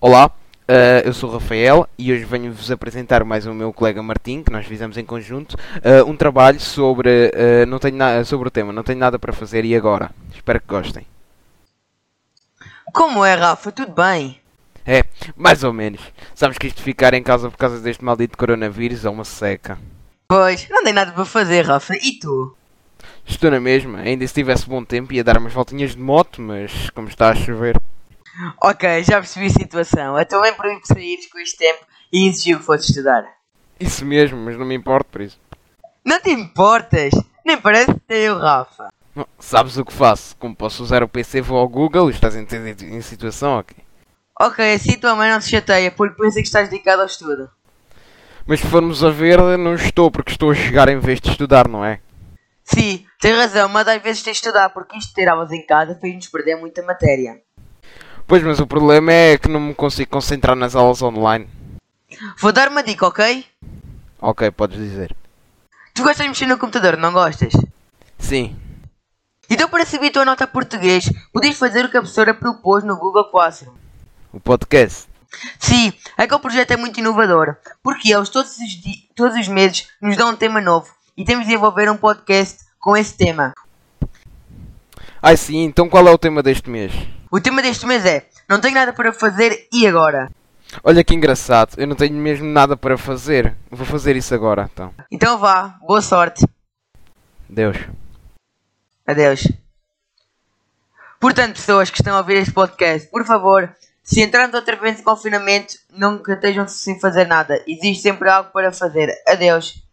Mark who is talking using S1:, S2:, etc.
S1: Olá, eh, eu sou o Rafael e hoje venho-vos apresentar mais o meu colega Martim, que nós fizemos em conjunto, eh, um trabalho sobre, eh, não tenho na- sobre o tema Não Tenho Nada para Fazer e Agora. Espero que gostem.
S2: Como é, Rafa? Tudo bem?
S1: É, mais ou menos. Sabes que isto de ficar em casa por causa deste maldito coronavírus é uma seca.
S2: Pois, não tem nada para fazer, Rafa. E tu?
S1: Estou na mesma, ainda se tivesse bom tempo ia dar umas voltinhas de moto, mas como está a chover.
S2: Ok, já percebi a situação. É tão bem para que saíres com este tempo e exigiu que fosse estudar.
S1: Isso mesmo, mas não me importo por isso.
S2: Não te importas? Nem parece ter eu, Rafa.
S1: Bom, Sabes o que faço? Como posso usar o PC, vou ao Google e estás entendido em situação, ok?
S2: Ok, assim tua mãe não se chateia, porque pensa que estás dedicado ao estudo.
S1: Mas se formos a ver, não estou, porque estou a chegar em vez de estudar, não é?
S2: Sim, tens razão, mas às vezes tens de estudar, porque isto de ter aulas em casa fez-nos perder muita matéria.
S1: Pois, mas o problema é que não me consigo concentrar nas aulas online.
S2: Vou dar uma dica, ok?
S1: Ok, podes dizer.
S2: Tu gostas de mexer no computador, não gostas?
S1: Sim.
S2: Então para subir a tua nota a português, podes fazer o que a professora propôs no Google Classroom.
S1: O podcast.
S2: Sim, é que o projeto é muito inovador, porque eles todos os, di- todos os meses nos dão um tema novo e temos de desenvolver um podcast com esse tema.
S1: Ai sim, então qual é o tema deste mês?
S2: O tema deste mês é Não tenho nada para fazer e agora?
S1: Olha que engraçado, eu não tenho mesmo nada para fazer. Vou fazer isso agora, então.
S2: Então vá, boa sorte.
S1: Deus.
S2: Adeus. Portanto, pessoas que estão a ouvir este podcast, por favor, se entrarmos outra vez em confinamento, nunca estejam sem fazer nada. Existe sempre algo para fazer. Adeus.